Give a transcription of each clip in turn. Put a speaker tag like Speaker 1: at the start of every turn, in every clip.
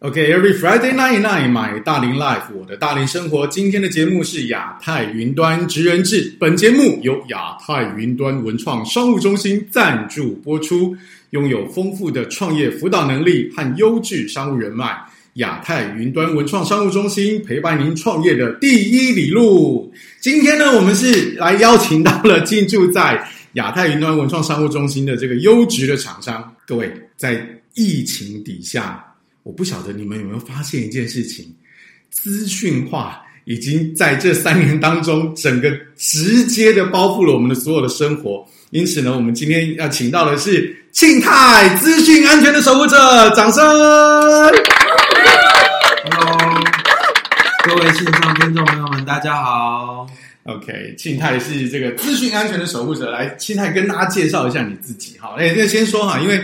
Speaker 1: OK，Every、Friday night night，买大龄 life，我的大龄生活。今天的节目是亚太云端职人志，本节目由亚太云端文创商务中心赞助播出。拥有丰富的创业辅导能力和优质商务人脉，亚太云端文创商务中心陪伴您创业的第一里路。今天呢，我们是来邀请到了进驻在亚太云端文创商务中心的这个优质的厂商。各位，在疫情底下，我不晓得你们有没有发现一件事情：资讯化已经在这三年当中，整个直接的包覆了我们的所有的生活。因此呢，我们今天要请到的是庆泰资讯安全的守护者，掌声！
Speaker 2: Hello，各位线上听众朋友们，大家好。
Speaker 1: OK，庆泰是这个资讯安全的守护者，来，庆泰跟大家介绍一下你自己哈。哎，那先说哈，因为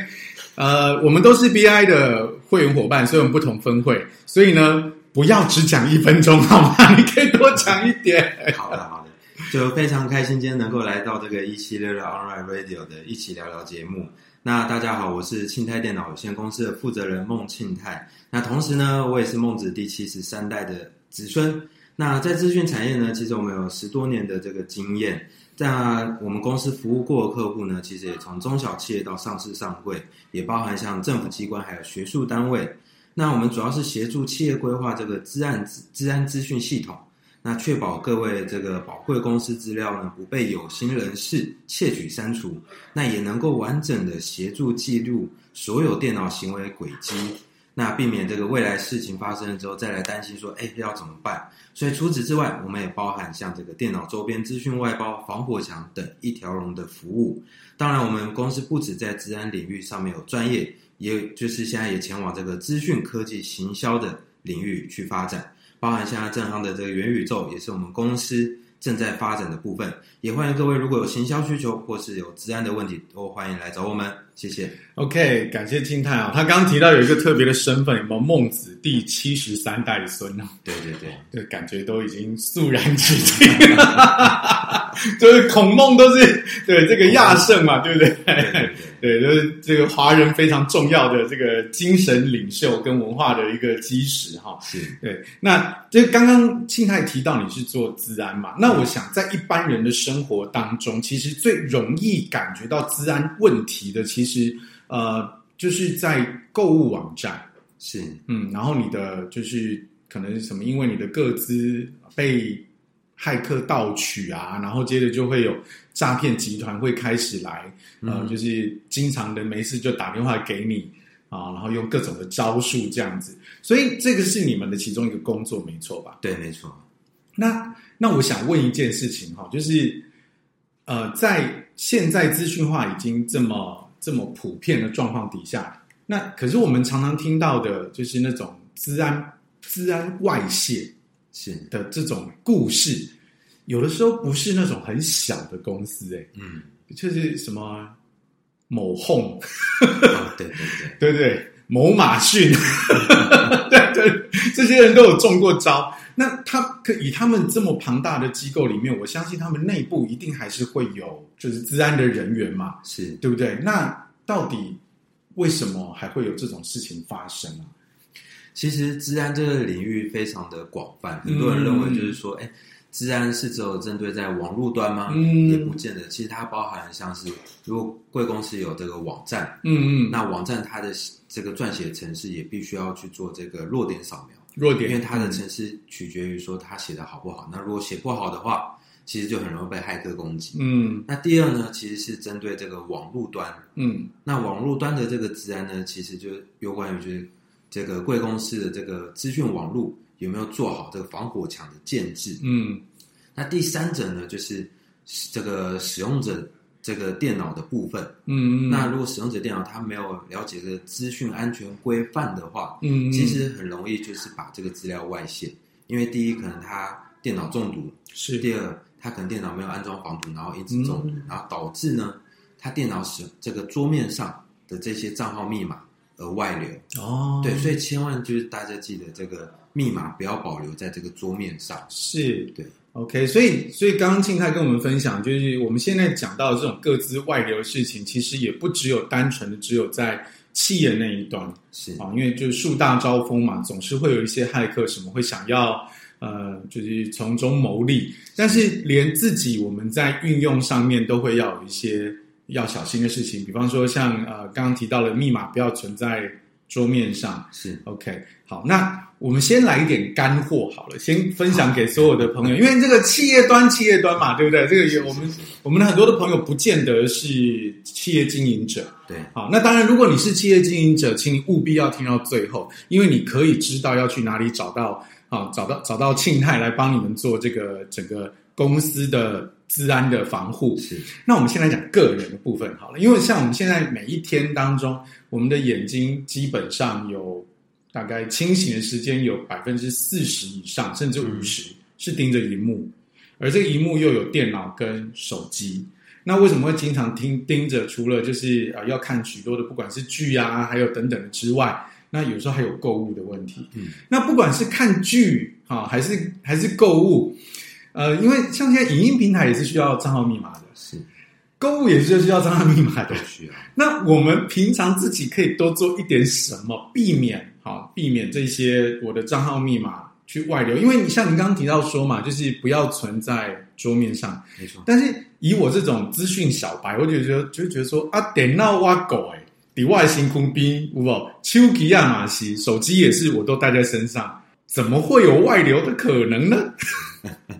Speaker 1: 呃，我们都是 BI 的会员伙伴，所以我们不同分会，所以呢，不要只讲一分钟好吗？你 可以多讲一点。
Speaker 2: 好的，好的，就非常开心今天能够来到这个一七六六 Online Radio 的一起聊聊节目。那大家好，我是庆泰电脑有限公司的负责人孟庆泰。那同时呢，我也是孟子第七十三代的子孙。那在资讯产业呢，其实我们有十多年的这个经验。那我们公司服务过的客户呢，其实也从中小企业到上市上柜，也包含像政府机关还有学术单位。那我们主要是协助企业规划这个治安资治安资讯系统，那确保各位这个宝贵公司资料呢不被有心人士窃取删除，那也能够完整的协助记录所有电脑行为轨迹，那避免这个未来事情发生了之后再来担心说，哎，要怎么办？所以除此之外，我们也包含像这个电脑周边资讯外包、防火墙等一条龙的服务。当然，我们公司不止在治安领域上面有专业，也就是现在也前往这个资讯科技行销的领域去发展，包含现在正夯的这个元宇宙，也是我们公司正在发展的部分。也欢迎各位如果有行销需求或是有治安的问题，都欢迎来找我们，谢谢。
Speaker 1: OK，感谢庆泰啊，他刚提到有一个特别的身份，有没有孟子第七十三代的孙啊？
Speaker 2: 对对对，
Speaker 1: 这感觉都已经肃然起敬， 就是孔孟都是对这个亚圣嘛，对不对？
Speaker 2: 对对对。
Speaker 1: 对，就是这个华人非常重要的这个精神领袖跟文化的一个基石哈。
Speaker 2: 是，
Speaker 1: 对，那这刚刚庆泰提到你是做治安嘛，那我想在一般人的生活当中，其实最容易感觉到治安问题的，其实呃就是在购物网站，
Speaker 2: 是，
Speaker 1: 嗯，然后你的就是可能什么，因为你的个资被骇客盗取啊，然后接着就会有诈骗集团会开始来，呃，
Speaker 2: 嗯
Speaker 1: 就是经常的没事就打电话给你啊，然后用各种的招数这样子，所以这个是你们的其中一个工作，没错吧？
Speaker 2: 对，没错。
Speaker 1: 那那我想问一件事情哈，就是呃，在现在资讯化已经这么这么普遍的状况底下，那可是我们常常听到的就是那种治安治安外泄
Speaker 2: 是，
Speaker 1: 的这种故事，有的时候不是那种很小的公司、欸，
Speaker 2: 嗯，
Speaker 1: 就是什么某 home，
Speaker 2: 啊对对对，
Speaker 1: 对不对？某马逊， 对对，这些人都有中过招。那他可以他们这么庞大的机构里面，我相信他们内部一定还是会有就是治安的人员嘛，
Speaker 2: 是。
Speaker 1: 对不对？那到底为什么还会有这种事情发生啊？
Speaker 2: 其实治安这个领域非常的广泛，很多人认为就是说，哎、治安是只有针对在网络端吗？
Speaker 1: 嗯
Speaker 2: 也不见得。其实它包含像是，如果贵公司有这个网站，
Speaker 1: 嗯嗯，
Speaker 2: 那网站它的这个撰写程式也必须要去做这个弱点扫描，
Speaker 1: 弱
Speaker 2: 因
Speaker 1: 点，
Speaker 2: 为它的
Speaker 1: 嗯
Speaker 2: 程式取决于说它写的好不好。那如果写不好的话，其实就很容易被骇客攻击。
Speaker 1: 嗯
Speaker 2: 那第二呢，其实是针对这个网络端，
Speaker 1: 嗯
Speaker 2: 那网络端的这个治安呢，其实就有关于就是这个贵公司的这个资讯网络有没有做好这个防火墙的建制。
Speaker 1: 嗯
Speaker 2: 那第三者呢，就是这个使用者这个电脑的部分。
Speaker 1: 嗯，
Speaker 2: 那如果使用者电脑他没有了解这个资讯安全规范的话，
Speaker 1: 嗯
Speaker 2: 其实很容易就是把这个资料外泄，因为第一可能他电脑中毒，
Speaker 1: 是
Speaker 2: 第二，他可能电脑没有安装防毒，然后一直中毒，然后导致呢，他电脑使这个桌面上的这些账号密码而外流。
Speaker 1: 哦，
Speaker 2: 对，所以千万就是大家记得这个密码不要保留在这个桌面上。
Speaker 1: 是
Speaker 2: 对
Speaker 1: ，OK，所以所以刚刚庆泰跟我们分享，就是我们现在讲到的这种各自外流的事情，其实也不只有单纯的只有在企业那一端
Speaker 2: 是
Speaker 1: 啊，因为就是树大招风嘛，总是会有一些骇客什么会想要呃，就是从中牟利，但是连自己我们在运用上面都会要有一些要小心的事情，比方说像呃刚刚提到的密码不要存在桌面上，
Speaker 2: 是
Speaker 1: OK，好，那我们先来一点干货好了，先分享给所有的朋友，因为这个企业端企业端嘛，对不对？这个也我们我们的很多的朋友不见得是企业经营者，
Speaker 2: 对
Speaker 1: 好，那当然，如果你是企业经营者，请你务必要听到最后，因为你可以知道要去哪里找到啊，找到找到庆泰来帮你们做这个整个公司的治安的防护。
Speaker 2: 是
Speaker 1: 那我们先来讲个人的部分好了，因为像我们现在每一天当中，我们的眼睛基本上有大概清醒的时间有百分之四十以上，甚至五十、是盯着荧幕，而这个荧幕又有电脑跟手机。那为什么会经常盯盯着？除了就是呃要看许多的不管是剧啊，还有等等的之外，那有时候还有购物的问题。
Speaker 2: 嗯，
Speaker 1: 那不管是看剧啊、还是还是购物，呃，因为像现在影音平台也是需要账号密码的，
Speaker 2: 是
Speaker 1: 购物也是需要账号密码的
Speaker 2: 都。需要
Speaker 1: 那我们平常自己可以多做一点什么，避免好避免这些我的账号密码去外流，因为你像你刚刚提到说嘛，就是不要存在桌面上。
Speaker 2: 没错
Speaker 1: 但是以我这种资讯小白，我就觉得就觉得说啊，电脑挖狗哎，底外星空兵，无不，手机亚马西，手机也是我都带在身上，怎么会有外流的可 能呢？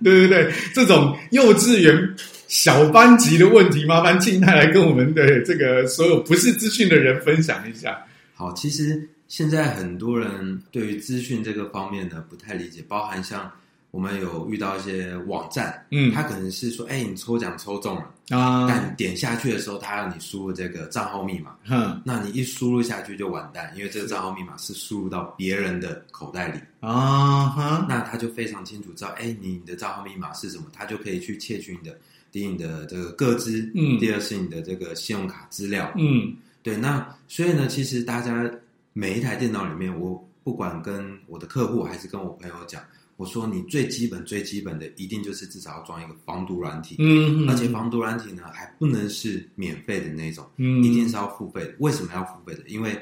Speaker 1: 对对对，这种幼稚园小班级的问题，麻烦静态来跟我们的这个所有不是资讯的人分享一下。
Speaker 2: 好，其实现在很多人对于资讯这个方面呢不太理解，包含像我们有遇到一些网站，
Speaker 1: 嗯
Speaker 2: 它可能是说，哎、你抽奖抽中了，
Speaker 1: 啊，
Speaker 2: 但点下去的时候，它让你输入这个账号密码，
Speaker 1: 哼
Speaker 2: 那你一输入下去就完蛋，因为这个账号密码是输入到别人的口袋里，
Speaker 1: 啊哈，
Speaker 2: 那他就非常清楚知道，哎、你的账号密码是什么，他就可以去窃取你的第一你的这个个资，
Speaker 1: 嗯
Speaker 2: 第二是你的这个信用卡资料，
Speaker 1: 嗯
Speaker 2: 对，那所以呢，其实大家每一台电脑里面，我不管跟我的客户还是跟我朋友讲，我说你最基本最基本的，一定就是至少要装一个防毒软体，
Speaker 1: 嗯，
Speaker 2: 而且防毒软体呢还不能是免费的那种，
Speaker 1: 嗯
Speaker 2: 一定是要付费的。为什么要付费的？因为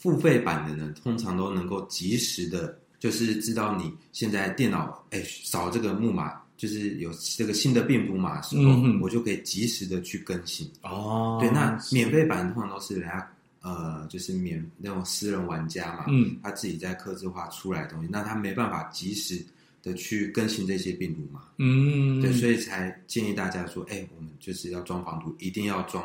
Speaker 2: 付费版的呢，通常都能够及时的，就是知道你现在电脑哎扫这个木马，就是有这个新的变谱码的时候，
Speaker 1: 嗯哼
Speaker 2: 我就可以及时的去更新。
Speaker 1: 哦，
Speaker 2: 对，那免费版通常都是人家呃，就是免那种私人玩家嘛，
Speaker 1: 嗯
Speaker 2: 他自己在刻字化出来的东西，那他没办法及时的去更新这些病毒嘛，
Speaker 1: 嗯，
Speaker 2: 对，所以才建议大家说，哎、我们就是要装防毒，一定要装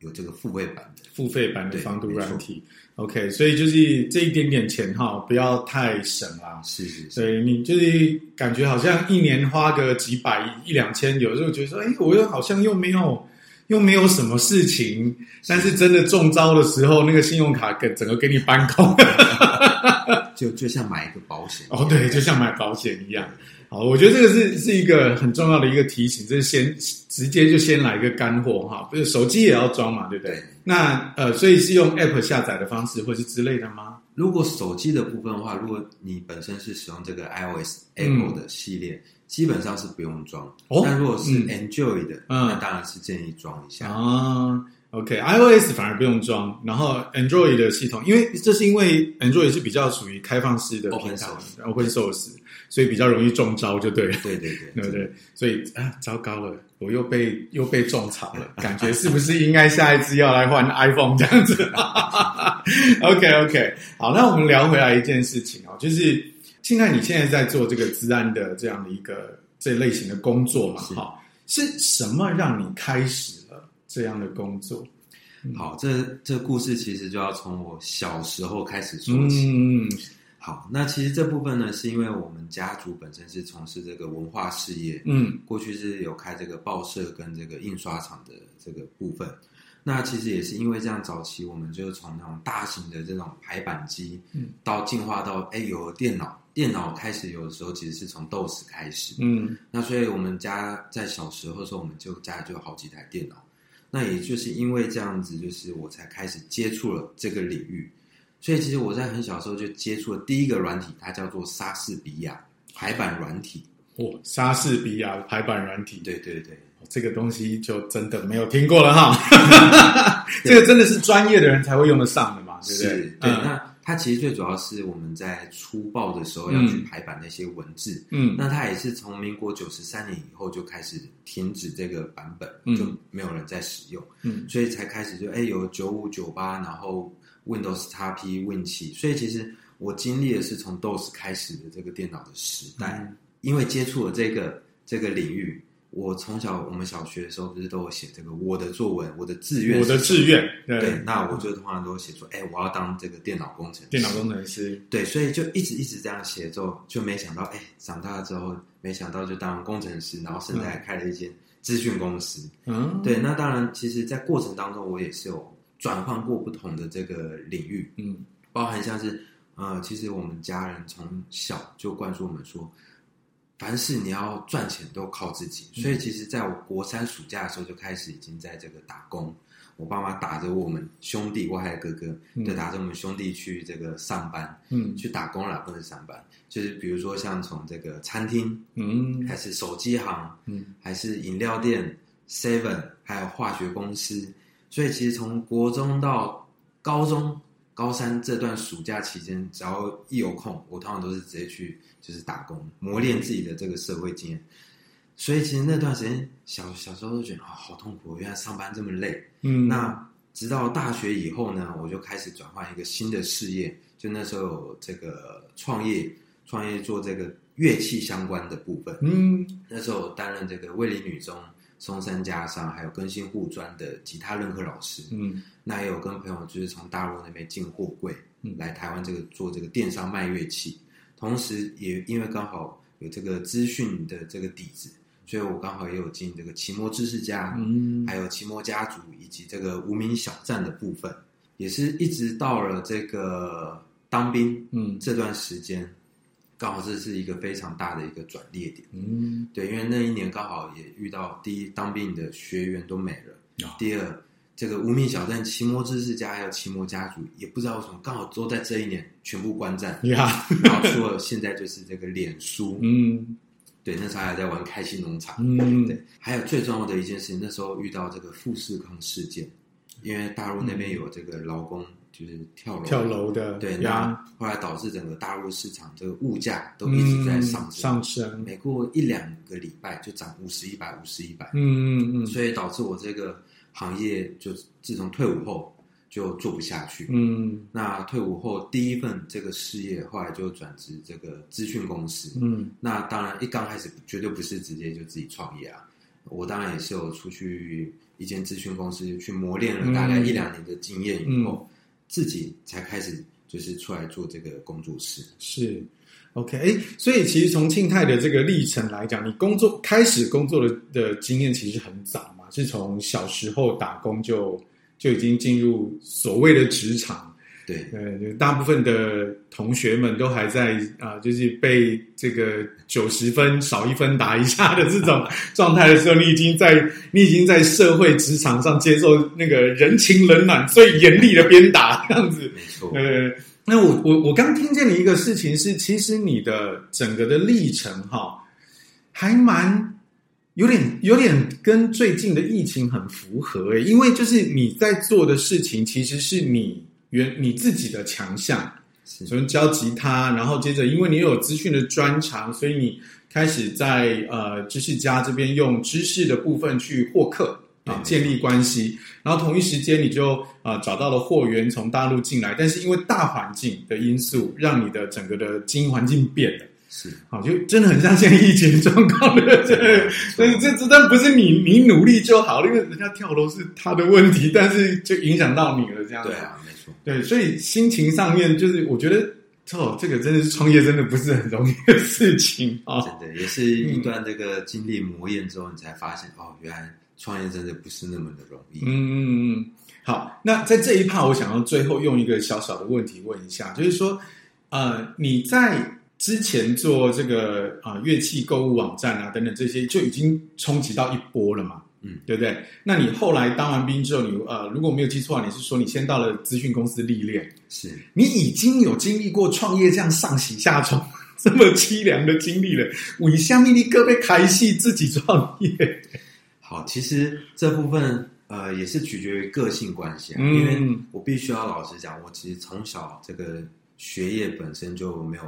Speaker 2: 有这个付费版的，
Speaker 1: 付费版的
Speaker 2: 对
Speaker 1: 防毒
Speaker 2: 没错
Speaker 1: 软体。OK，所以就是这一点点钱哈，不要太省啦。
Speaker 2: 是是是，
Speaker 1: 所以你就是感觉好像一年花个几百一两千，有时候觉得说，哎，我又好像又没有又没有什么事情，但是真的中招的时候，那个信用卡给整个给你搬空。
Speaker 2: 就就像买一个保险
Speaker 1: 哦，对，就像买保险一样。好，我觉得这个是是一个很重要的一个提醒，这是先直接就先来一个干货哈，不是手机也要装嘛，对不对？
Speaker 2: 对
Speaker 1: 那呃，所以是用 App 下载的方式或是之类的吗？
Speaker 2: 如果手机的部分的话，如果你本身是使用这个 iOS
Speaker 1: 嗯
Speaker 2: Apple 的系列，基本上是不用装。
Speaker 1: 哦
Speaker 2: 但如果是
Speaker 1: 嗯
Speaker 2: Enjoy 的，
Speaker 1: 嗯
Speaker 2: 那当然是建议装一下。
Speaker 1: 啊，OK，iOS 反而不用装，然后 Android 的系统，因为这是因为 Android 是比较属于开放式的
Speaker 2: Open
Speaker 1: 平台 open source，所以比较容易中招，就对了。
Speaker 2: 对对对，
Speaker 1: 对不对？所以啊，糟糕了，我又被又被种草了， 感觉是不是应该下一次要来换 iPhone 这样子 ？OK OK，好，那我们聊回来一件事情哦，就是现在你现在在做这个治安的这样的一个这类型的工作嘛，
Speaker 2: 是
Speaker 1: 哈，是什么让你开始了这样的工作？
Speaker 2: 好，这这故事其实就要从我小时候开始说起。
Speaker 1: 嗯
Speaker 2: 好，那其实这部分呢，是因为我们家族本身是从事这个文化事业，
Speaker 1: 嗯
Speaker 2: 过去是有开这个报社跟这个印刷厂的这个部分。那其实也是因为这样，早期我们就从那种大型的这种排版机，
Speaker 1: 嗯，
Speaker 2: 到进化到哎有了电脑，电脑开始有的时候其实是从 DOS 开始，
Speaker 1: 嗯
Speaker 2: 那所以我们家在小时候的时候，我们就家里就有好几台电脑。那也就是因为这样子，就是我才开始接触了这个领域。所以其实我在很小的时候就接触了第一个软体，它叫做莎士比亚排版软体。
Speaker 1: 哦，莎士比亚排版软体，
Speaker 2: 对对对，
Speaker 1: 这个东 西就真的没有听过了哈，这个真的是专业的人才会用得上的嘛，对不对？
Speaker 2: 是对。
Speaker 1: 嗯
Speaker 2: 那它其实最主要是我们在出报的时候要去排版那些文字，
Speaker 1: 嗯
Speaker 2: 那它也是从民国九十三年以后就开始停止这个版本，
Speaker 1: 嗯
Speaker 2: 就没有人在使用，
Speaker 1: 嗯
Speaker 2: 所以才开始就哎有九五九八，然后 Windows XP Win 七，所以其实我经历的是从 DOS 开始的这个电脑的时代，
Speaker 1: 嗯
Speaker 2: 因为接触了这个这个领域。我从小，我们小学的时候不是都有写这个我的作文，我的志愿，
Speaker 1: 我的志愿
Speaker 2: 对，那我就通常都写说，哎、我要当这个电脑工程师。
Speaker 1: 电脑工程师，
Speaker 2: 对，所以就一直一直这样写，之后就没想到，哎、长大了之后，没想到就当工程师，然后甚至还开了一间咨询公司。
Speaker 1: 嗯，
Speaker 2: 对，那当然，其实，在过程当中，我也是有转换过不同的这个领域，
Speaker 1: 嗯
Speaker 2: 包含像是，呃，其实我们家人从小就灌输我们说，凡事你要赚钱都靠自己。所以，其实在我国三暑假的时候，就开始已经在这个打工。我爸妈打着我们兄弟，我还有哥哥，
Speaker 1: 嗯
Speaker 2: 就打着我们兄弟去这个上班，
Speaker 1: 嗯
Speaker 2: 去打工啦，不是上班，就是比如说像从这个餐厅，
Speaker 1: 嗯
Speaker 2: 还是手机行，
Speaker 1: 嗯
Speaker 2: 还是饮料店、Seven，还有化学公司。所以其实从国中到高中、高三这段暑假期间，只要一有空，我通常都是直接去就是打工，磨练自己的这个社会经验。所以其实那段时间，小小时候都觉得啊、好痛苦，原来上班这么累。
Speaker 1: 嗯，
Speaker 2: 那直到大学以后呢，我就开始转换一个新的事业，就那时候有这个创业，创业做这个乐器相关的部分。
Speaker 1: 嗯
Speaker 2: 那时候我担任这个卫理女中、松山家商还有更新护专的吉他任课老师。
Speaker 1: 嗯
Speaker 2: 那也有跟朋友就是从大陆那边进货柜
Speaker 1: 嗯
Speaker 2: 来台湾这个做这个电商卖乐器，同时也因为刚好有这个资讯的这个底子，所以我刚好也有进这个奇摩知识家，
Speaker 1: 嗯，
Speaker 2: 还有奇摩家族以及这个无名小站的部分，也是一直到了这个当兵
Speaker 1: 嗯
Speaker 2: 这段时间，刚好这是一个非常大的一个转捩点。
Speaker 1: 嗯
Speaker 2: 对，因为那一年刚好也遇到第一当兵的学员都没了，
Speaker 1: 啊，
Speaker 2: 第二这个无名小站奇摩知识家还有奇摩家族也不知道为什么刚好都在这一年全部观战
Speaker 1: 呀，
Speaker 2: 然后除了现在就是这个脸书，
Speaker 1: 嗯
Speaker 2: 对，那时候还在玩开心农场，
Speaker 1: 嗯
Speaker 2: 对，还有最重要的一件事情，那时候遇到这个富士康事件，因为大陆那边有这个劳工就是跳楼，
Speaker 1: 嗯跳，楼的
Speaker 2: 对，那
Speaker 1: 呀，
Speaker 2: 后来导致整个大陆市场这个物价都一直在上升，
Speaker 1: 嗯上升，
Speaker 2: 每过一两个礼拜就涨五十、一百、五十、一百，
Speaker 1: 嗯嗯嗯
Speaker 2: 所以导致我这个行业就自从退伍后就做不下去。
Speaker 1: 嗯
Speaker 2: 那退伍后第一份这个事业，后来就转职这个资讯公司，
Speaker 1: 嗯
Speaker 2: 那当然，一刚开始绝对不是直接就自己创业啊。我当然也是有出去一间咨询公司去磨练了大概
Speaker 1: 嗯
Speaker 2: 一两年的经验以后，自己才开始就是出来做这个工作室。
Speaker 1: 是。OK，哎，所以其实从庆泰的这个历程来讲，你工作开始工作的的经验其实很早嘛，是从小时候打工就就已经进入所谓的职场，
Speaker 2: 对
Speaker 1: 呃，就大部分的同学们都还在啊、就是被这个九十分少一分打一下的这种状态的时候，你已经在你已经在社会职场上接受那个人情冷暖最严厉的鞭打，这样子。
Speaker 2: 没错，
Speaker 1: 呃，那我我我刚听见你一个事情是，其实你的整个的历程哈、还蛮有点有点跟最近的疫情很符合诶，因为就是你在做的事情其实是你原你自己的强项，
Speaker 2: 是
Speaker 1: 首先教吉他，然后接着因为你有资讯的专长，所以你开始在呃知识家这边用知识的部分去获客啊，
Speaker 2: 对
Speaker 1: 建立关系。然后同一时间你就呃找到了货源从大陆进来，但是因为大环境的因素，让你的整个的经营环境变了，
Speaker 2: 是。
Speaker 1: 好，就真的很像现在疫情状况的这个
Speaker 2: 啊
Speaker 1: 所以这这但不是你你努力就好了，因为人家跳楼是他的问题，但是就影响到你了这样子。
Speaker 2: 对啊，没错，
Speaker 1: 对，所以心情上面就是，我觉得哦，这个真的是创业，真的不是很容易的事情啊、 哦。
Speaker 2: 真的也是一段这个经历磨练之后，你才发现哦，原来创业真的不是那么的容易。
Speaker 1: 嗯嗯嗯，好，那在这一趴，我想要最后用一个小小的问题问一下，就是说，呃，你在之前做这个啊、呃乐器购物网站啊等等这些，就已经冲击到一波了嘛？
Speaker 2: 嗯，
Speaker 1: 对不对？那你后来当完兵之后，你呃，如果没有记错，你是说你先到了资讯公司历练，
Speaker 2: 是
Speaker 1: 你已经有经历过创业这样上喜下冲这么凄凉的经历了，我一下面你哥被开戏自己创业，
Speaker 2: 好，其实这部分呃，也是取决于个性关系、啊。
Speaker 1: 嗯
Speaker 2: 因为我必须要老实讲，我其实从小这个学业本身就没有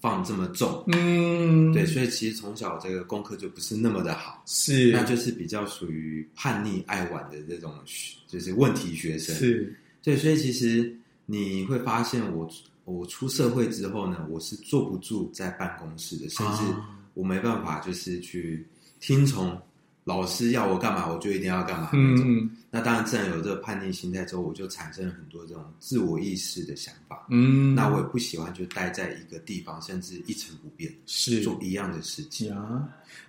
Speaker 2: 放这么重，
Speaker 1: 嗯，
Speaker 2: 对，所以其实从小这个功课就不是那么的好，
Speaker 1: 是
Speaker 2: 那就是比较属于叛逆爱玩的这种学，就是问题学生。
Speaker 1: 是
Speaker 2: 对，所以其实你会发现我，我出社会之后呢，我是坐不住在办公室的，甚至
Speaker 1: 啊
Speaker 2: 我没办法就是去听从老师要我干嘛，我就一定要干嘛那种。
Speaker 1: 嗯
Speaker 2: 那当然，自然有这个叛逆心态之后，我就产生了很多这种自我意识的想法。
Speaker 1: 嗯，
Speaker 2: 那我也不喜欢就待在一个地方，甚至一成不变，
Speaker 1: 是啊
Speaker 2: 做一样的事情。
Speaker 1: 呀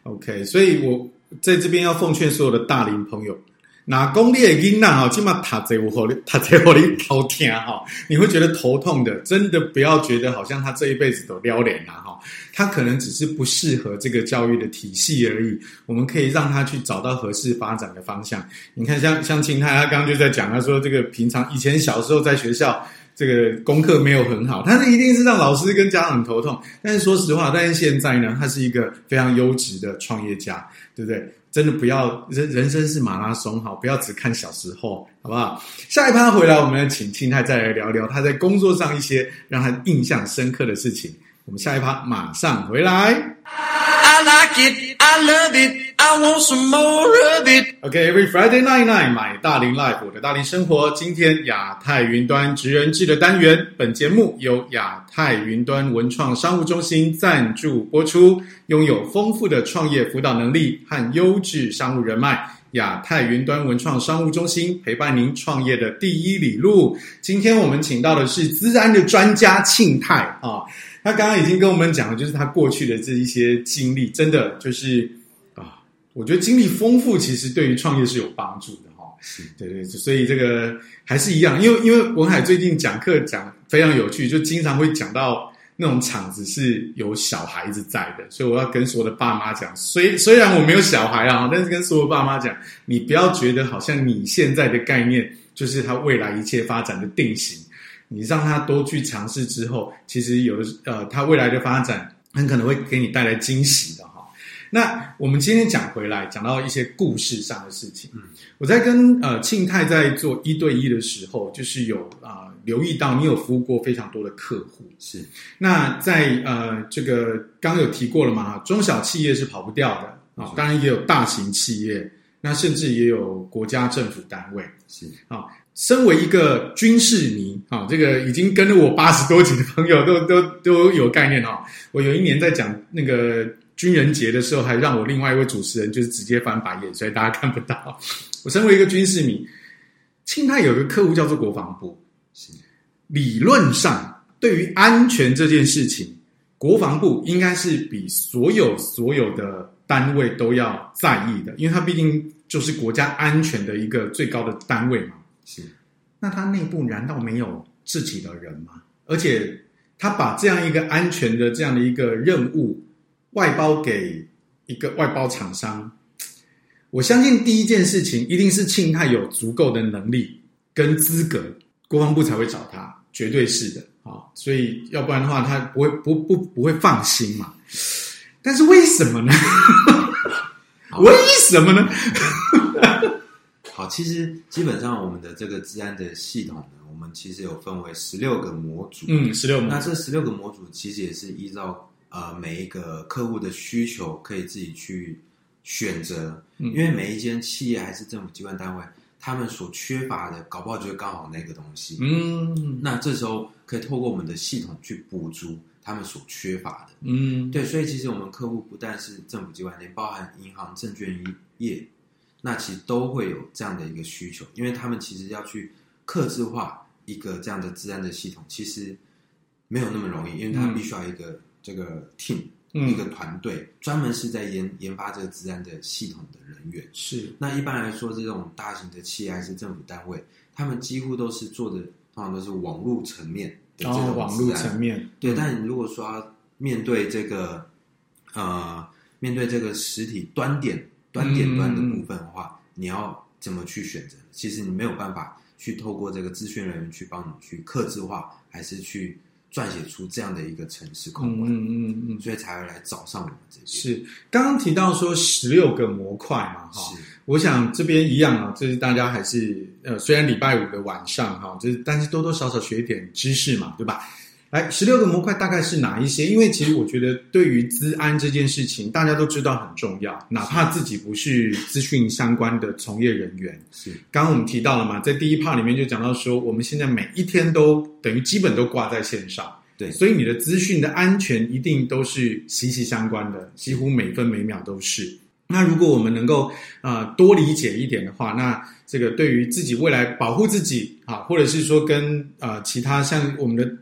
Speaker 1: ，OK，所以我在这边要奉劝所有的大龄朋友，哪公你的囡仔哈，起码塔贼我吼，塔贼我你头疼哈，你会觉得头痛的，真的不要觉得好像他这一辈子都撩脸啦哈，他可能只是不适合这个教育的体系而已，我们可以让他去找到合适发展的方向。你看像，像秦泰，他刚刚就在讲，他说这个平常以前小时候在学校，这个功课没有很好，他那一定是让老师跟家长很头痛。但是说实话，但是现在呢，他是一个非常优质的创业家，对不对？真的不要人人生是马拉松，好，不要只看小时候，好不好？下一趴回来，我们请秦泰再来聊聊他在工作上一些让他印象深刻的事情。我们下一趴马上回来。
Speaker 3: I like it. I love it. I want some more of it.
Speaker 1: OK，Every、Friday night night 买大龄 life 我的大龄生活。今天亚太云端职人制的单元，本节目由亚太云端文创商务中心赞助播出。拥有丰富的创业辅导能力和优质商务人脉，亚太云端文创商务中心陪伴您创业的第一里路。今天我们请到的是资安的专家庆泰啊、他刚刚已经跟我们讲了，就是他过去的这一些经历，真的就是啊，我觉得经历丰富其实对于创业是有帮助的哈、
Speaker 2: 是
Speaker 1: 对对，所以这个还是一样，因为因为文海最近讲课讲非常有趣，就经常会讲到那种场子是有小孩子在的，所以我要跟所有的爸妈讲，虽虽然我没有小孩啊，但是跟所有爸妈讲，你不要觉得好像你现在的概念就是他未来一切发展的定型，你让他多去尝试之后，其实有的呃，他未来的发展很可能会给你带来惊喜的哈。那我们今天讲回来，讲到一些故事上的事情。
Speaker 2: 嗯，
Speaker 1: 我在跟呃庆泰在做一对一的时候，就是有啊、呃留意到你有服务过非常多的客户。
Speaker 2: 是
Speaker 1: 那在呃这个刚有提过了嘛，中小企业是跑不掉的啊、
Speaker 2: 没错
Speaker 1: 当然也有大型企业，那甚至也有国家政府单位。
Speaker 2: 是，
Speaker 1: 身为一个军事迷啊、这个已经跟了我八十多集的朋友都都都有概念哦。我有一年在讲那个军人节的时候，还让我另外一位主持人就是直接翻白眼，所以大家看不到。我身为一个军事迷，庆泰有一个客户叫做国防部，
Speaker 2: 是
Speaker 1: 理论上对于安全这件事情，国防部应该是比所有所有的单位都要在意的，因为它毕竟就是国家安全的一个最高的单位嘛。
Speaker 2: 是
Speaker 1: 那他内部难道没有自己的人吗？而且他把这样一个安全的这样的一个任务外包给一个外包厂商，我相信第一件事情一定是庆泰有足够的能力跟资格，国防部才会找他，绝对是的啊、所以要不然的话，他不会不不不会放心嘛。但是为什么呢？ 为什么呢？
Speaker 2: 好，其实基本上我们的这个治安的系统呢，我们其实有分为十六个模组。，
Speaker 1: 嗯，十六
Speaker 2: 那
Speaker 1: 模
Speaker 2: 这十六个模组其实也是依照呃每一个客户的需求，可以自己去选择，
Speaker 1: 嗯
Speaker 2: 因为每一间企业还是政府机关单位，他们所缺乏的，搞不好就是刚好那个东西。
Speaker 1: 嗯
Speaker 2: 那这时候可以透过我们的系统去补足他们所缺乏的。
Speaker 1: 嗯，
Speaker 2: 对，所以其实我们客户不但是政府机关，连包含银行、证券业，那其实都会有这样的一个需求，因为他们其实要去克制化一个这样的治安的系统，其实没有那么容易，因为它
Speaker 1: 嗯
Speaker 2: 必须要一个、这个 team，、
Speaker 1: 嗯
Speaker 2: 一个团队，专门是在研研发这个治安的系统的人员。
Speaker 1: 是
Speaker 2: 那一般来说，这种大型的企业还是政府单位，他们几乎都是做的，通常都是网络层面的这
Speaker 1: 然后
Speaker 2: 种
Speaker 1: 哦网络
Speaker 2: 治安
Speaker 1: 层面，
Speaker 2: 对，但你如果说要面对这个呃，面对这个实体端点端点端的部分的
Speaker 1: 嗯
Speaker 2: 话，你要怎么去选择？其实你没有办法去透过这个资讯人员去帮你去克制化，还是去撰写出这样的一个城市
Speaker 1: 嗯
Speaker 2: 控管，
Speaker 1: 嗯嗯嗯，
Speaker 2: 所以才会来找上我们这边。
Speaker 1: 是。刚刚提到说十六个模块嘛，哈，
Speaker 2: 是
Speaker 1: 我想这边一样啊，就是大家还是呃，虽然礼拜五的晚上哈、就是但是多多少少学一点知识嘛，对吧？来，十六个模块大概是哪一些？因为其实我觉得对于资安这件事情，大家都知道很重要，哪怕自己不是资讯相关的从业人员。
Speaker 2: 是
Speaker 1: 刚刚我们提到了嘛，在第一 part 里面就讲到说，我们现在每一天都等于基本都挂在线上，
Speaker 2: 对
Speaker 1: 所以你的资讯的安全一定都是息息相关的，几乎每分每秒都是。那如果我们能够呃多理解一点的话，那这个对于自己未来保护自己啊，或者是说跟呃其他像我们的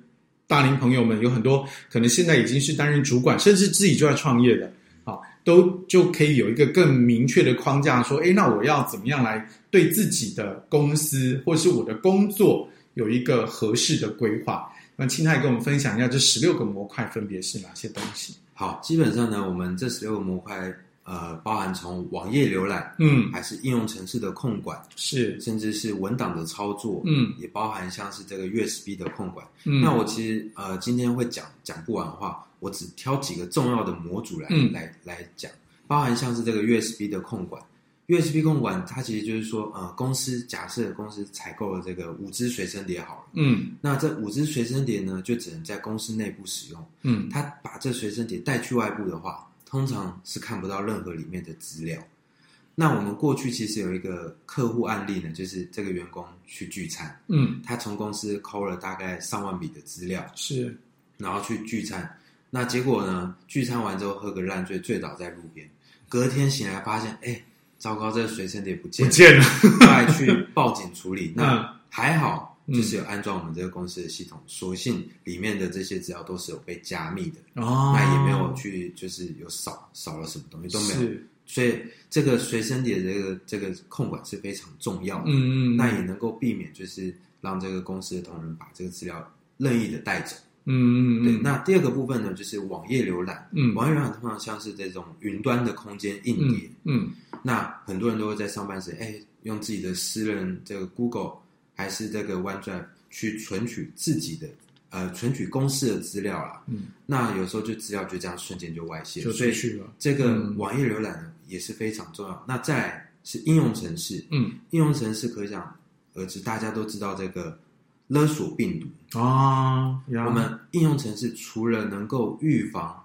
Speaker 1: 大龄朋友们，有很多可能现在已经是担任主管，甚至自己就在创业的，啊，都就可以有一个更明确的框架，说，诶，那我要怎么样来对自己的公司或是我的工作有一个合适的规划？那青泰跟我们分享一下这十六个模块分别是哪些东西？
Speaker 2: 好，基本上呢，我们这十六个模块，呃，包含从网页浏览，
Speaker 1: 嗯，
Speaker 2: 还是应用程式的控管，
Speaker 1: 是，
Speaker 2: 甚至是文档的操作，
Speaker 1: 嗯
Speaker 2: 也包含像是这个 USB 的控管。
Speaker 1: 嗯，
Speaker 2: 那我其实呃今天会讲讲不完的话，我只挑几个重要的模组来、
Speaker 1: 嗯
Speaker 2: 来来讲，包含像是这个 USB 的控管。USB 控管它其实就是说，呃，公司假设公司采购了这个五只随身碟好了，
Speaker 1: 嗯
Speaker 2: 那这五只随身碟呢，就只能在公司内部使用。
Speaker 1: 嗯
Speaker 2: 他把这随身碟带去外部的话，通常是看不到任何里面的资料。那我们过去其实有一个客户案例呢，就是这个员工去聚餐，
Speaker 1: 嗯，
Speaker 2: 他从公司抠了大概上万笔的资料，
Speaker 1: 是，
Speaker 2: 然后去聚餐。那结果呢，聚餐完之后喝个烂醉，醉倒在路边。隔天醒来发现，哎，糟糕，这个随身碟不
Speaker 1: 不
Speaker 2: 见了，
Speaker 1: 见了，
Speaker 2: 快去报警处理。
Speaker 1: 嗯
Speaker 2: 那还好，
Speaker 1: 嗯
Speaker 2: 就是有安装我们这个公司的系统，所幸里面的这些资料都是有被加密的。
Speaker 1: 哦
Speaker 2: 那也没有去，就是有少少了什么东西都没有。
Speaker 1: 是，
Speaker 2: 所以这个随身碟的这个这个控管是非常重要的。
Speaker 1: 嗯嗯，
Speaker 2: 那也能够避免就是让这个公司的同仁把这个资料任意的带走。
Speaker 1: 嗯嗯
Speaker 2: 对，
Speaker 1: 嗯，
Speaker 2: 那第二个部分呢，就是网页浏览。
Speaker 1: 嗯
Speaker 2: 网页浏览通常像是这种云端的空间硬碟，
Speaker 1: 嗯嗯
Speaker 2: 那很多人都会在上班时，哎，用自己的私人这个 Google 还是这个 OneDrive 去存取自己的呃存取公司的资料啦。
Speaker 1: 嗯，
Speaker 2: 那有时候就资料就这样瞬间就外泄，
Speaker 1: 就
Speaker 2: 所
Speaker 1: 出
Speaker 2: 以
Speaker 1: 去了，
Speaker 2: 这个
Speaker 1: 嗯
Speaker 2: 网页浏览呢也是非常重要。那再来是应用程式，
Speaker 1: 嗯
Speaker 2: 应用程式可想而知，大家都知道这个勒索病毒。
Speaker 1: 啊，然
Speaker 2: 我
Speaker 1: 后
Speaker 2: 们应用程式除了能够预防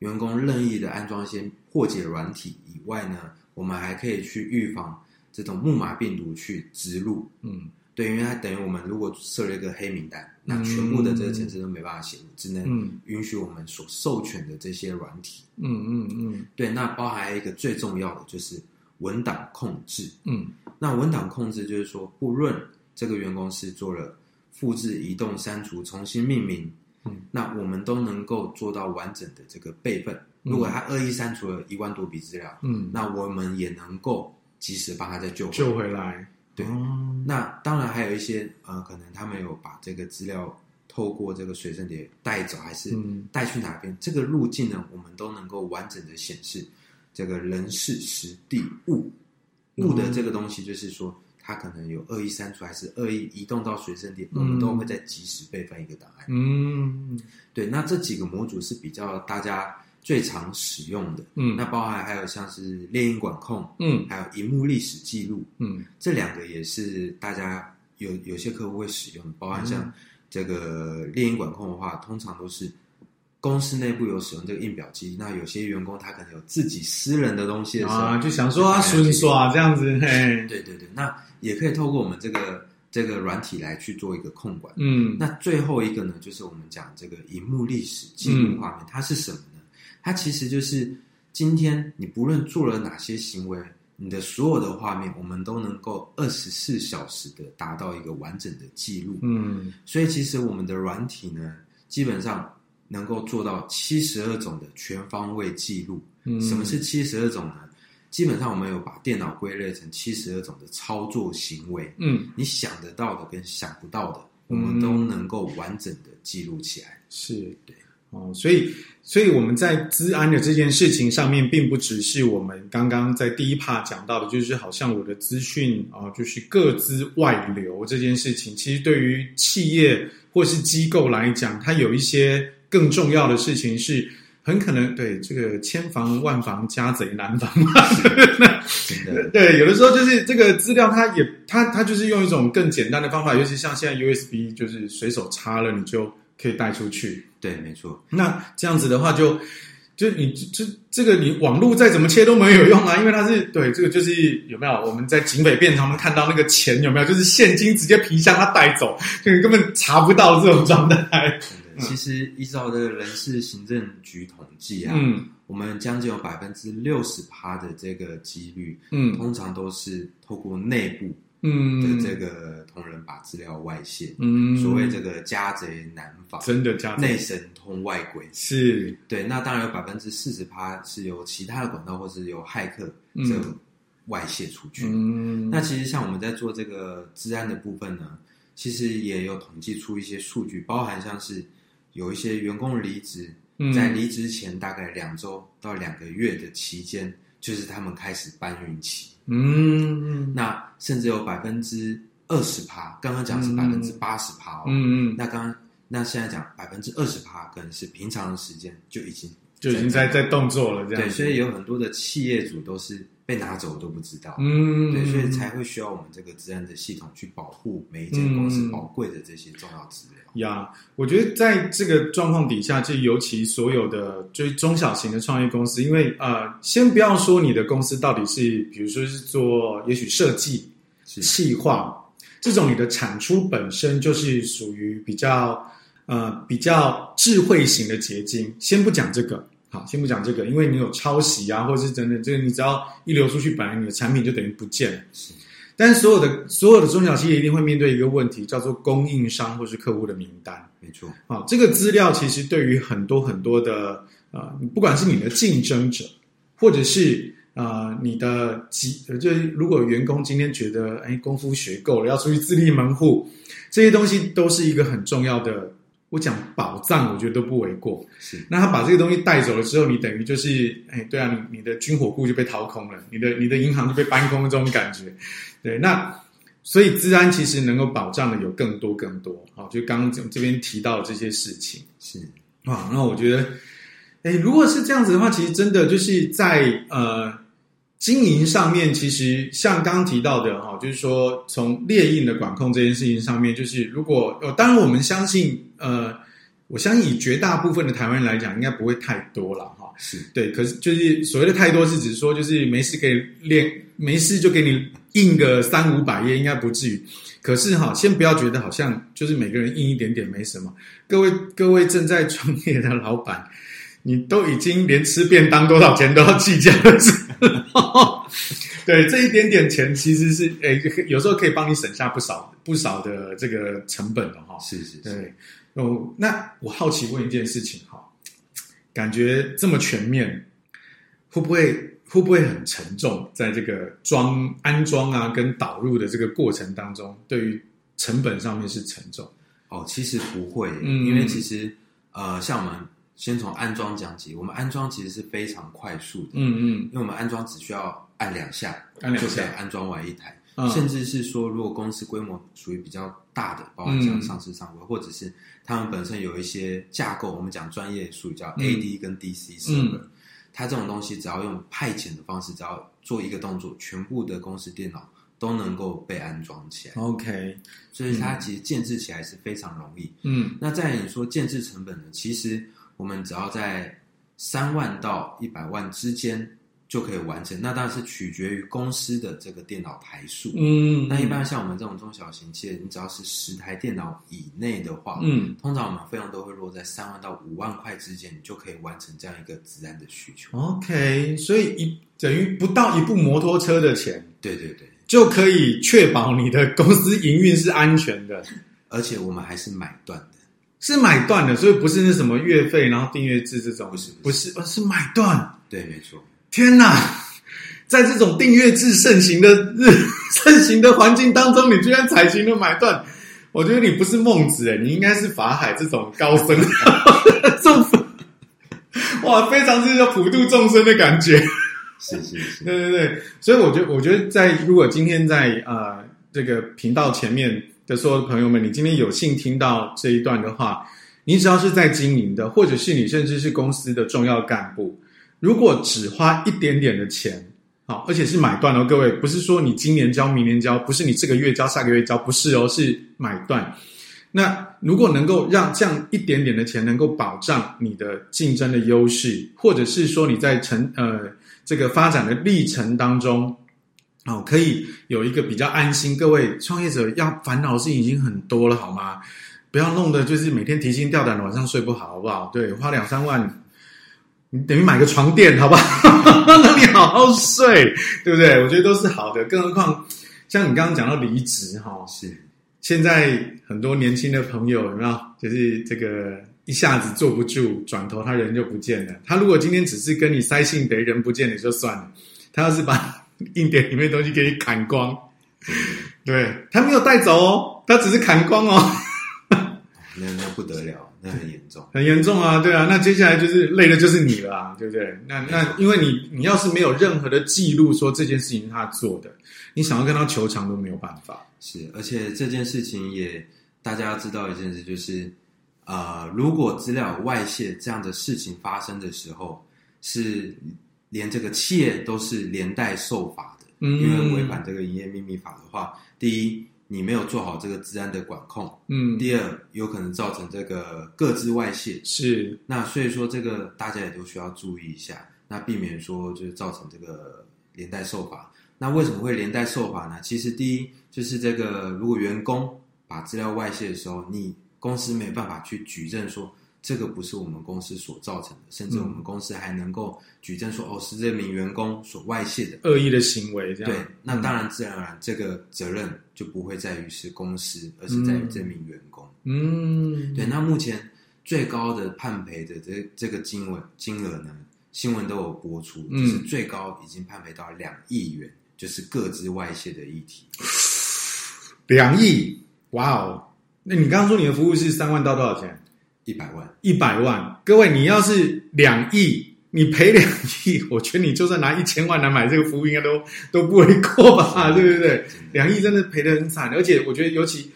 Speaker 2: 员工任意的安装一些破解软体以外呢，我们还可以去预防这种木马病毒去植入。
Speaker 1: 嗯
Speaker 2: 对，因为它等于我们如果设了一个黑名单，那全部的这个程式都没办法写入，只能
Speaker 1: 嗯
Speaker 2: 允许我们所授权的这些软体。
Speaker 1: 嗯嗯嗯
Speaker 2: 对，那包含一个最重要的就是文档控制。
Speaker 1: 嗯
Speaker 2: 那文档控制就是说，不论这个员工是做了复制、移动、删除、重新命名，
Speaker 1: 嗯，
Speaker 2: 那我们都能够做到完整的这个备份。如果他恶意删除了一万多笔资料，
Speaker 1: 嗯，
Speaker 2: 那我们也能够及时帮他再救回。
Speaker 1: 救回来，
Speaker 2: 对
Speaker 1: 哦
Speaker 2: 那当然还有一些呃，可能他们有把这个资料透过这个随身碟带走，还是
Speaker 1: 嗯
Speaker 2: 带去哪边，这个路径呢，我们都能够完整的显示这个人事实地物物的这个东西，就是说它可能有恶意删除，还是恶意移动到随身碟，我们都会在及时备份一个档案。
Speaker 1: 嗯
Speaker 2: 对，那这几个模组是比较大家最常使用的，
Speaker 1: 嗯
Speaker 2: 那包含还有像是猎鹰管控，
Speaker 1: 嗯
Speaker 2: 还有荧幕历史记录，
Speaker 1: 嗯
Speaker 2: 这两个也是大家有有些客户会使用的，包含像
Speaker 1: 嗯
Speaker 2: 这个猎鹰管控的话，通常都是公司内部有使用这个印表机。那有些员工他可能有自己私人的东西的时候，
Speaker 1: 啊，就想说啊，顺耍这样子，嘿，
Speaker 2: 对对对，那也可以透过我们这个这个软体来去做一个控管。
Speaker 1: 嗯
Speaker 2: 那最后一个呢，就是我们讲这个荧幕历史记
Speaker 1: 嗯
Speaker 2: 录画面，它是什么呢？它其实就是今天你不论做了哪些行为，你的所有的画面，我们都能够二十四小时的达到一个完整的记录。
Speaker 1: 嗯
Speaker 2: 所以其实我们的软体呢，基本上能够做到七十二种的全方位记录。
Speaker 1: 嗯，
Speaker 2: 什么是七十二种呢？基本上我们有把电脑归类成七十二种的操作行为。
Speaker 1: 嗯
Speaker 2: 你想得到的跟想不到的，我们都能够完整的记录起来。
Speaker 1: 是
Speaker 2: 对
Speaker 1: 哦，所以，所以我们在资安的这件事情上面，并不只是我们刚刚在第一趴讲到的，就是好像我的资讯啊、就是各资外流这件事情，其实对于企业或是机构来讲，它有一些更重要的事情是。很可能对这个千防万防家贼难防嘛，
Speaker 2: 真的，
Speaker 1: 对，有的时候就是这个资料，它也它它就是用一种更简单的方法，尤其像现在 USB，就是随手插了你就可以带出去。
Speaker 2: 对，没错，
Speaker 1: 那这样子的话就，就你这这个你网络再怎么切都没有用啊，因为它是对这个就是有没有我们在警匪片常常看到那个钱有没有，就是现金直接皮箱它带走，就你根本查不到这种状态。
Speaker 2: 真的。嗯其实依照这个人事行政局统计啊，
Speaker 1: 嗯
Speaker 2: 我们将近有百分之六十趴的这个几率，
Speaker 1: 嗯
Speaker 2: 通常都是透过内部的
Speaker 1: 嗯，
Speaker 2: 这个同仁把资料外泄，
Speaker 1: 嗯
Speaker 2: 所谓这个家贼难防，
Speaker 1: 真的加
Speaker 2: 内神通外鬼。
Speaker 1: 是
Speaker 2: 对，那当然有百分之四十趴是由其他的管道或是由骇客
Speaker 1: 嗯
Speaker 2: 这种外泄出去。
Speaker 1: 嗯
Speaker 2: 那其实像我们在做这个治安的部分呢，其实也有统计出一些数据，包含像是有一些员工离职，
Speaker 1: 嗯
Speaker 2: 在离职前大概两周到两个月的期间，就是他们开始搬运期。
Speaker 1: 嗯
Speaker 2: 那甚至有百分之二十趴，刚刚讲是
Speaker 1: 嗯
Speaker 2: 百分之八十趴哦。
Speaker 1: 嗯嗯，
Speaker 2: 那刚刚那现在讲百分之二十趴，可能是平常的时间就已经
Speaker 1: 就已经在在动作了这样
Speaker 2: 对，
Speaker 1: 子，
Speaker 2: 所以有很多的企业主都是被拿走都不知道。
Speaker 1: 嗯
Speaker 2: 对，所以才会需要我们这个治安的系统去保护每一间公
Speaker 1: 嗯
Speaker 2: 司宝贵的这些重要资料。
Speaker 1: 呀我觉得在这个状况底下，就尤其所有的就是中小型的创业公司，因为呃，先不要说你的公司到底是，比如说是做也许设计、
Speaker 2: 是，
Speaker 1: 企划这种，你的产出本身就是属于比较呃比较智慧型的结晶。先不讲这个，好，先不讲这个，因为你有抄袭啊，或者是等等，这个你只要一流出去，本来你的产品就等于不见了。
Speaker 2: 是
Speaker 1: 但是所有的所有的中小企业一定会面对一个问题，叫做供应商或是客户的名单。
Speaker 2: 没错，
Speaker 1: 啊，这个资料其实对于很多很多的呃，不管是你的竞争者，或者是呃你的集，呃就是如果员工今天觉得哎功夫学够了，要出去自立门户，这些东西都是一个很重要的。我讲宝藏，我觉得都不为过。
Speaker 2: 是
Speaker 1: 那他把这个东西带走了之后，你等于就是，哎，对啊，你你的军火库就被掏空了，你的你的银行就被搬空了，这种感觉。对，那所以治安其实能够保障的有更多更多。好、就刚刚这这边提到的这些事情
Speaker 2: 是
Speaker 1: 啊，那我觉得，哎，如果是这样子的话，其实真的就是在呃经营上面，其实像刚刚提到的哈、哦，就是说从猎印的管控这件事情上面，就是如果呃，当然我们相信呃，我相信以绝大部分的台湾人来讲，应该不会太多了哈、
Speaker 2: 是，
Speaker 1: 对，可是就是所谓的太多，是指说就是没事给练，没事就给你印个三五百页，应该不至于。可是哈，先不要觉得好像就是每个人印一点点没什么。各位各位正在创业的老板，你都已经连吃便当多少钱都要计较了，是吧对，这一点点钱其实是诶、有时候可以帮你省下不少不少的这个成本的哈。
Speaker 2: 是是是，
Speaker 1: 对，哦，那我好奇问一件事情哈，感觉这么全面，会不会会不会很沉重？在这个装安装啊跟导入的这个过程当中，对于成本上面是沉重。
Speaker 2: 哦，其实不会，
Speaker 1: 嗯
Speaker 2: 因为其实呃，像我们先从安装讲起，我们安装其实是非常快速的，
Speaker 1: 嗯
Speaker 2: 因为我们安装只需要按两下，
Speaker 1: 按两
Speaker 2: 就可以
Speaker 1: 下
Speaker 2: 安装完一台。
Speaker 1: 嗯
Speaker 2: 甚至是说，如果公司规模属于比较大的，包含
Speaker 1: 嗯
Speaker 2: 像上市上柜，或者是他们本身有一些架构，我们讲专业术语叫
Speaker 1: 嗯
Speaker 2: AD 跟 DC server，、它这种东西只要用派遣的方式，只要做一个动作，全部的公司电脑都能够被安装起来，
Speaker 1: 哦嗯 OK，
Speaker 2: 所以它其实建制起来是非常容易。
Speaker 1: 嗯
Speaker 2: 那在你说建制成本呢，其实我们只要在三万到一百万之间就可以完成，那当然是取决于公司的这个电脑台数。
Speaker 1: 嗯，
Speaker 2: 那一般像我们这种中小型企业，你只要是十台电脑以内的话，，
Speaker 1: 嗯
Speaker 2: 通常我们费用都会落在三万到五万块之间，你就可以完成这样一个自然的需求。
Speaker 1: 哦 OK，所以一等于不到一部摩托车的钱。
Speaker 2: 对对对，
Speaker 1: 就可以确保你的公司营运是安全的，
Speaker 2: 而且我们还是买断的，
Speaker 1: 是买断的，所以不是那什么月费，然后订阅制这种，
Speaker 2: 不是
Speaker 1: 不
Speaker 2: 不
Speaker 1: 是，而哦是买断。
Speaker 2: 对，没错，
Speaker 1: 天哪，在这种订阅制盛行的日 盛行的环境当中，你居然采行了买欸 断，我觉得你不是孟子哎，你应该是法海这种高僧，这种哇，非常是要普度众生的感觉。
Speaker 2: 是是是，
Speaker 1: 对对对，所以我觉得，我觉得在如果今天在呃这个频道前面的所有的朋友们，你今天有幸听到这一段的话，你只要是在经营的，或者是你甚至是公司的重要干部，如果只花一点点的钱，好，而且是买断哦，各位，不是说你今年交、明年交，不是你这个月交、下个月交，不是哦，是买断。那如果能够让这样一点点的钱能够保障你的竞争的优势，或者是说你在成呃这个发展的历程当中，哦，可以有一个比较安心。各位创业者要烦恼的事情已经很多了，好吗？不要弄得就是每天提心吊胆，晚上睡不好，好不好？对，花两三万，你等于买个床垫，好不好？ 让你好好睡，对不对？我觉得都是好的。更何况，像你刚刚讲到离职哈、
Speaker 2: 是
Speaker 1: 现在很多年轻的朋友有没有？就是这个一下子坐不住，转头他人就不见了。他如果今天只是跟你塞信得人不见也就算了，他要是把硬碟里面的东西给你砍光，对他没有带走哦，他只是砍光哦，
Speaker 2: 那那不得了，那很严重。
Speaker 1: 很严重啊，对啊。那接下来就是累的就是你了、啊，对不对？那那因为你你要是没有任何的记录说这件事情是他做的，你想要跟他求偿都没有办法。
Speaker 2: 是，而且这件事情也大家要知道一件事，就是呃，如果资料有外泄这样的事情发生的时候，是连这个企业都是连带受罚的，
Speaker 1: 嗯
Speaker 2: 因为违反这个营业秘密法的话，第一，你没有做好这个治安的管控；
Speaker 1: 嗯，
Speaker 2: 第二，有可能造成这个各自外泄。
Speaker 1: 是
Speaker 2: 那所以说，这个大家也都需要注意一下，那避免说就是造成这个连带受罚。那为什么会连带受罚呢？其实第一就是这个，如果员工把资料外泄的时候，你公司没有办法去举证说这个不是我们公司所造成的，甚至我们公司还能够举证说、哦是这名员工所外泄的。
Speaker 1: 恶意的行为这样。嗯
Speaker 2: 对，那当然自然而然这个责任就不会在于是公司，而是在于这名员工。
Speaker 1: 嗯，
Speaker 2: 对，那目前最高的判赔的这这个金额金额呢，新闻都有播出，
Speaker 1: 嗯
Speaker 2: 就是最高已经判赔到两亿元，就是各自外泄的议题。
Speaker 1: 两亿，哇哦！那你刚刚说你的服务是三万到多少钱？
Speaker 2: 一百万，
Speaker 1: 一百万。各位，你要是两亿，你赔两亿，我觉得你就算拿一千万来买这个服务，应该都都不为过吧？对不对？
Speaker 2: 真的
Speaker 1: 两亿真的赔得很惨，而且我觉得尤其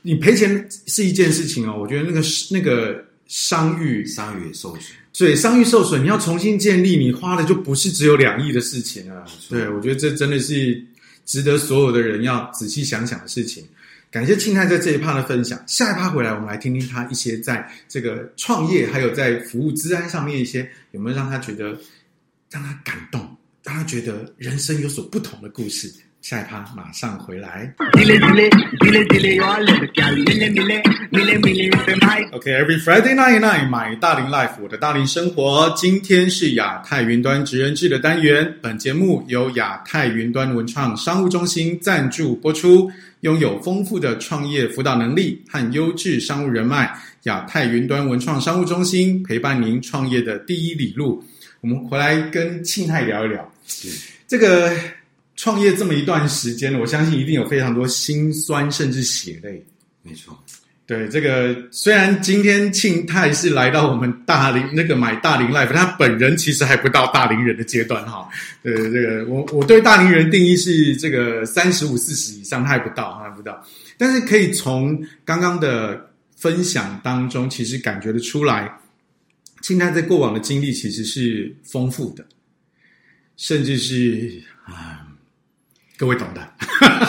Speaker 1: 你赔钱是一件事情哦，我觉得那个那个商誉
Speaker 2: 商誉也受损，
Speaker 1: 对，商誉受损，你要重新建立，你花的就不是只有两亿的事情了。
Speaker 2: 错
Speaker 1: 对，我觉得这真的是值得所有的人要仔细想想的事情。感谢庆泰在这一趴的分享，下一趴回来我们来听听他一些在这个创业还有在服务治安上面一些有没有让他觉得让他感动，让他觉得人生有所不同的故事。下一趴马上回来。
Speaker 4: Dile, dile, dile, dile yo a little gal. Mille, mille, mille, mille, it's my
Speaker 1: OK，Every、Friday night night，买大龄 life，我的大龄生活。今天是亚太云端职人制的单元，本节目由亚太云端文创商务中心赞助播出。拥有丰富的创业辅导能力和优质商务人脉，亚太云端文创商务中心陪伴您创业的第一里路。我们回来跟庆泰聊一聊这个创业这么一段时间，我相信一定有非常多辛酸甚至血泪。
Speaker 2: 没错，
Speaker 1: 对，这个虽然今天庆泰是来到我们大龄那个买大龄 life，他本人其实还不到大龄人的阶段哈。呃，这个我我对大龄人定义是这个三十五、四十以上，他还不到，他还不到。但是可以从刚刚的分享当中，其实感觉得出来，庆泰在过往的经历其实是丰富的，甚至是啊，各位懂的。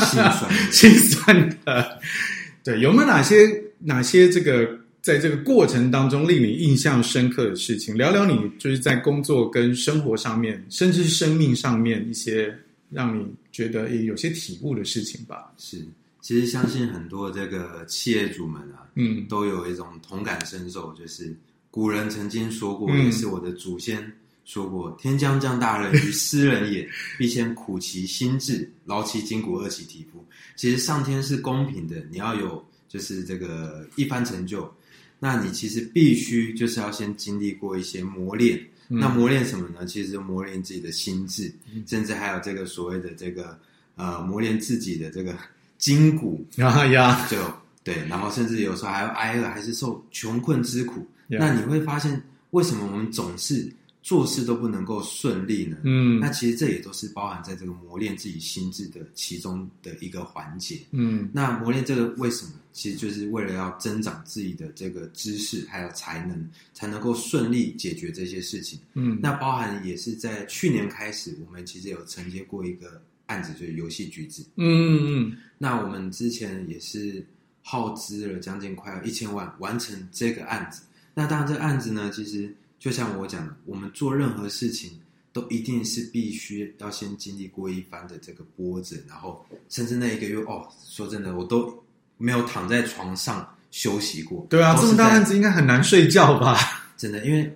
Speaker 2: 心酸。
Speaker 1: 心酸的。 对，有没有哪些哪些这个在这个过程当中令你印象深刻的事情？聊聊你就是在工作跟生活上面，甚至是生命上面一些让你觉得诶有些体悟的事情吧。
Speaker 2: 是，其实相信很多这个企业主们啊，
Speaker 1: 嗯
Speaker 2: 都有一种同感身受，就是古人曾经说过，
Speaker 1: 嗯
Speaker 2: 也是我的祖先说过：“天将降大任于斯人也，必先苦其心志，劳其筋骨，饿其体肤。”其实上天是公平的，你要有就是这个一番成就，那你其实必须就是要先经历过一些磨练。
Speaker 1: 嗯
Speaker 2: 那磨练什么呢？其实磨练自己的心智，甚至还有这个所谓的这个呃磨练自己的这个筋骨，
Speaker 1: 啊呀，
Speaker 2: 就对，然后甚至有时候还要挨饿，还是受穷困之苦。
Speaker 1: Yeah.
Speaker 2: 那你会发现，为什么我们总是做事都不能够顺利呢？
Speaker 1: 嗯
Speaker 2: 那其实这也都是包含在这个磨练自己心智的其中的一个环节。
Speaker 1: 嗯
Speaker 2: 那磨练这个为什么？其实就是为了要增长自己的这个知识还有才能，才能够顺利解决这些事情。
Speaker 1: 嗯，
Speaker 2: 那包含也是在去年开始，我们其实有承接过一个案子，就是游戏橘子。
Speaker 1: 嗯嗯
Speaker 2: 那我们之前也是耗资了将近快要一千万完成这个案子。那当然，这个案子呢，其实就像我讲的，我们做任何事情都一定是必须要先经历过一番的这个波折，然后甚至那一个月，哦，说真的，我都没有躺在床上休息过。
Speaker 1: 对啊，
Speaker 2: 都
Speaker 1: 这
Speaker 2: 是
Speaker 1: 么大
Speaker 2: 在
Speaker 1: 案子应该很难睡觉吧？
Speaker 2: 真的，因为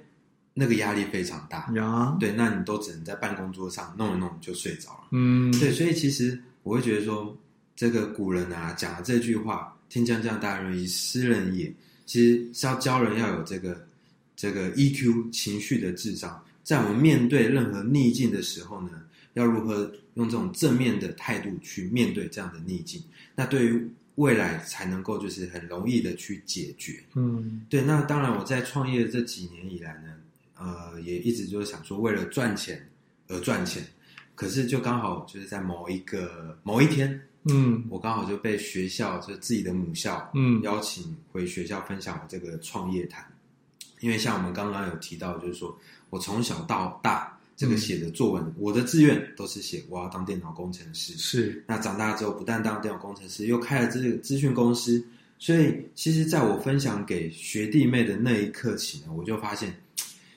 Speaker 2: 那个压力非常大。
Speaker 1: 呀，
Speaker 2: 对，那你都只能在办公桌上弄一弄就睡着了。
Speaker 1: 嗯，
Speaker 2: 对，所以其实我会觉得说，这个古人啊讲的这句话“天将降大任于斯人也”，其实是要教人要有这个这个 EQ 情绪的智障，在我们面对任何逆境的时候呢，要如何用这种正面的态度去面对这样的逆境，那对于未来才能够就是很容易的去解决。
Speaker 1: 嗯
Speaker 2: 对，那当然，我在创业这几年以来呢，呃，也一直就是想说，为了赚钱而赚钱。可是就刚好就是在某一个某一天，
Speaker 1: 嗯
Speaker 2: 我刚好就被学校就是自己的母校
Speaker 1: 嗯
Speaker 2: 邀请回学校分享我这个创业谈。因为像我们刚刚有提到，就是说我从小到大这个写的作文，我的志愿都是写我要当电脑工程师。
Speaker 1: 是，
Speaker 2: 那长大之后，不但当电脑工程师，又开了这个资讯公司。所以，其实在我分享给学弟妹的那一刻起呢，我就发现，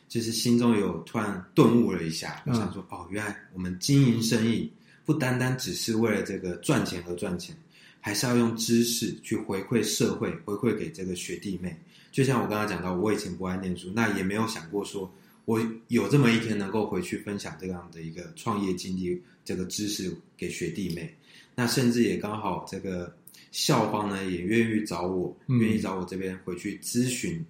Speaker 2: 就是心中有突然顿悟了一下，我
Speaker 1: 嗯
Speaker 2: 想说，哦，原来我们经营生意不单单只是为了这个赚钱而赚钱，还是要用知识去回馈社会，回馈给这个学弟妹。就像我刚刚讲到，我以前不爱念书，那也没有想过说我有这么一天能够回去分享这样的一个创业经历、这个知识给学弟妹。那甚至也刚好这个校方呢也愿意找我，
Speaker 1: 嗯
Speaker 2: 愿意找我这边回去咨询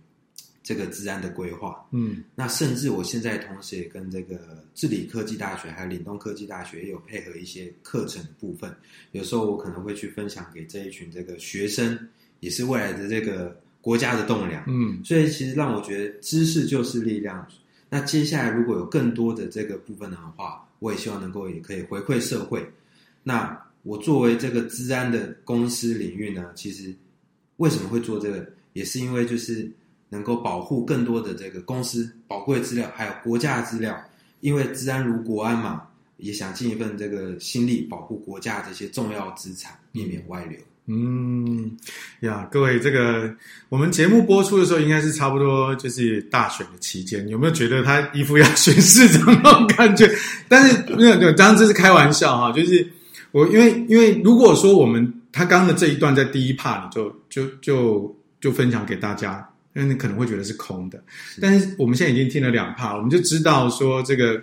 Speaker 2: 这个治安的规划。
Speaker 1: 嗯
Speaker 2: 那甚至我现在同时也跟这个治理科技大学还有岭东科技大学也有配合一些课程的部分，有时候我可能会去分享给这一群这个学生，也是未来的这个国家的栋梁。
Speaker 1: 嗯
Speaker 2: 所以其实让我觉得知识就是力量。那接下来如果有更多的这个部分的话，我也希望能够也可以回馈社会。那我作为这个治安的公司领域呢，其实为什么会做这个，也是因为就是能够保护更多的这个公司宝贵资料，还有国家的资料。因为治安如国安嘛，也想尽一份这个心力保护国家这些重要资产，避免外流。
Speaker 1: 嗯，呀，各位，这个我们节目播出的时候，应该是差不多就是大选的期间，有没有觉得他一副要选市长那种感觉？但是没有，没有，当然这是开玩笑哈，就是我因为因为如果说我们他刚刚的这一段在第一 part 你就就就就分享给大家，因为你可能会觉得是空的，但是我们现在已经听了两 part，我们就知道说这个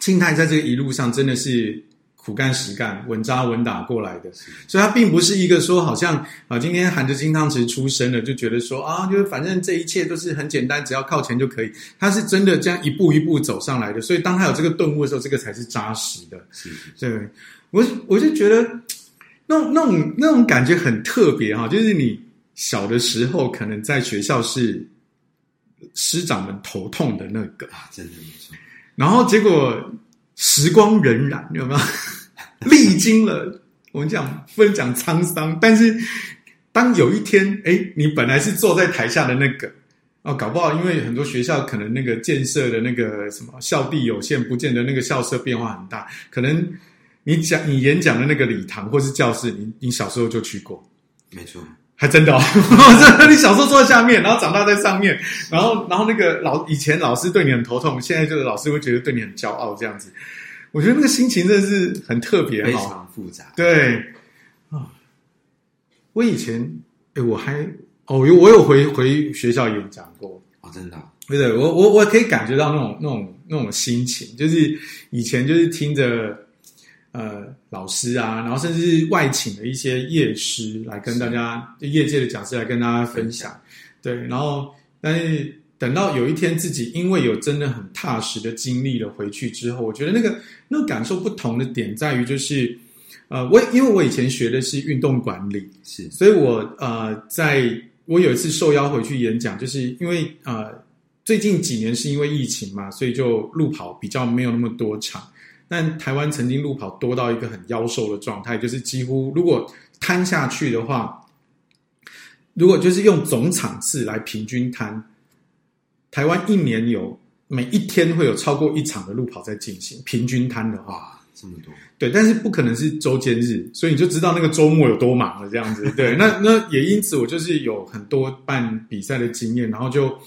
Speaker 1: 庆泰在这个一路上真的是苦干实干、稳扎稳打过来的，所以他并不是一个说好像啊今天含着金汤匙出生了就觉得说啊就是反正这一切都是很简单，只要靠钱就可以，他是真的这样一步一步走上来的，所以当他有这个顿悟的时候，这个才是扎实的。
Speaker 2: 是是
Speaker 1: 对，我我就觉得那种那种那种感觉很特别哈、就是你小的时候可能在学校是师长们头痛的那个，
Speaker 2: 啊，真的没错。
Speaker 1: 然后结果时光荏苒，有没 有？历经了我们讲不能讲沧桑，但是当有一天，哎，你本来是坐在台下的那个。哦，搞不好因为很多学校可能那个建设的那个什么校地有限，不见得那个校舍变化很大。可能你讲你演讲的那个礼堂或是教室，你你小时候就去过，
Speaker 2: 没错，
Speaker 1: 还真 的、哦，我真的，你小时候坐在下面，然后长大在上面，然后然后那个老以前老师对你很头痛，现在就是老师会觉得对你很骄傲这样子。我觉得那个心情真的是很特别
Speaker 2: 非
Speaker 1: 哈、哦。
Speaker 2: 常复杂。
Speaker 1: 对啊，我以前哎，我还哦，我有我有回回学校演讲过，
Speaker 2: 哦，真的啊、
Speaker 1: 不是我我我可以感觉到那种那种那种心情，就是以前就是听着呃老师啊，然后甚至是外请的一些业师来跟大家就业界的讲师来跟大家分享，对，然后但是等到有一天自己因为有真的很踏实的经历了回去之后，我觉得那个那个感受不同的点在于就是呃我因为我以前学的是运动管理，
Speaker 2: 是
Speaker 1: 所以我呃，在我有一次受邀回去演讲，就是因为呃，最近几年是因为疫情嘛，所以就路跑比较没有那么多场。但台湾曾经路跑多到一个很妖兽的状态，就是几乎如果摊下去的话，如果就是用总场次来平均摊，台湾一年有每一天会有超过一场的路跑在进行，平均摊的话。
Speaker 2: 哇，这么多，
Speaker 1: 对，但是不可能是周间日，所以你就知道那个周末有多忙了，这样子。对，那那也因此我就是有很多办比赛的经验，然后就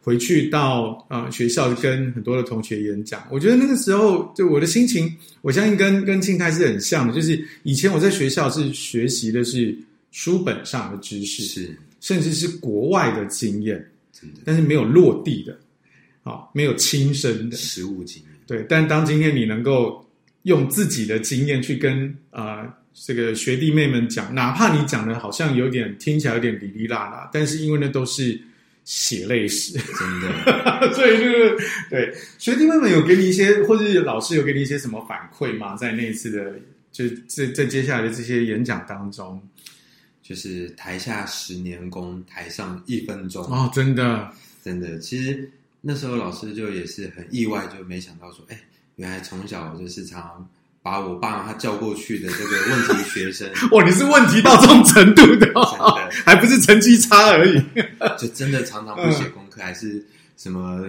Speaker 1: 回去到呃学校跟很多的同学演讲。我觉得那个时候就我的心情，我相信跟跟庆泰是很像的，就是以前我在学校是学习的是书本上的知识，
Speaker 2: 是
Speaker 1: 甚至是国外的经验，
Speaker 2: 真的
Speaker 1: 但是没有落地的，啊、没有亲身的。
Speaker 2: 实物经验，
Speaker 1: 对，但当今天你能够用自己的经验去跟呃这个学弟妹们讲，哪怕你讲的好像有点听起来有点哩哩啦啦，但是因为那都是血泪史，
Speaker 2: 真的
Speaker 1: 所以就是对学弟妹们有给你一些，或者老师有给你一些什么反馈吗？在那一次的就这在接下来的这些演讲当中，
Speaker 2: 就是台下十年功，台上一分钟。
Speaker 1: 哦，真的
Speaker 2: 真的，其实那时候老师就也是很意外，就没想到说，哎、原来从小就是常常把我爸妈叫过去的这个问题学生，
Speaker 1: 哇，你是问题到这种程度的哦、
Speaker 2: 真
Speaker 1: 还不是成绩差而已。
Speaker 2: 的就真的常常不写功课，还是什么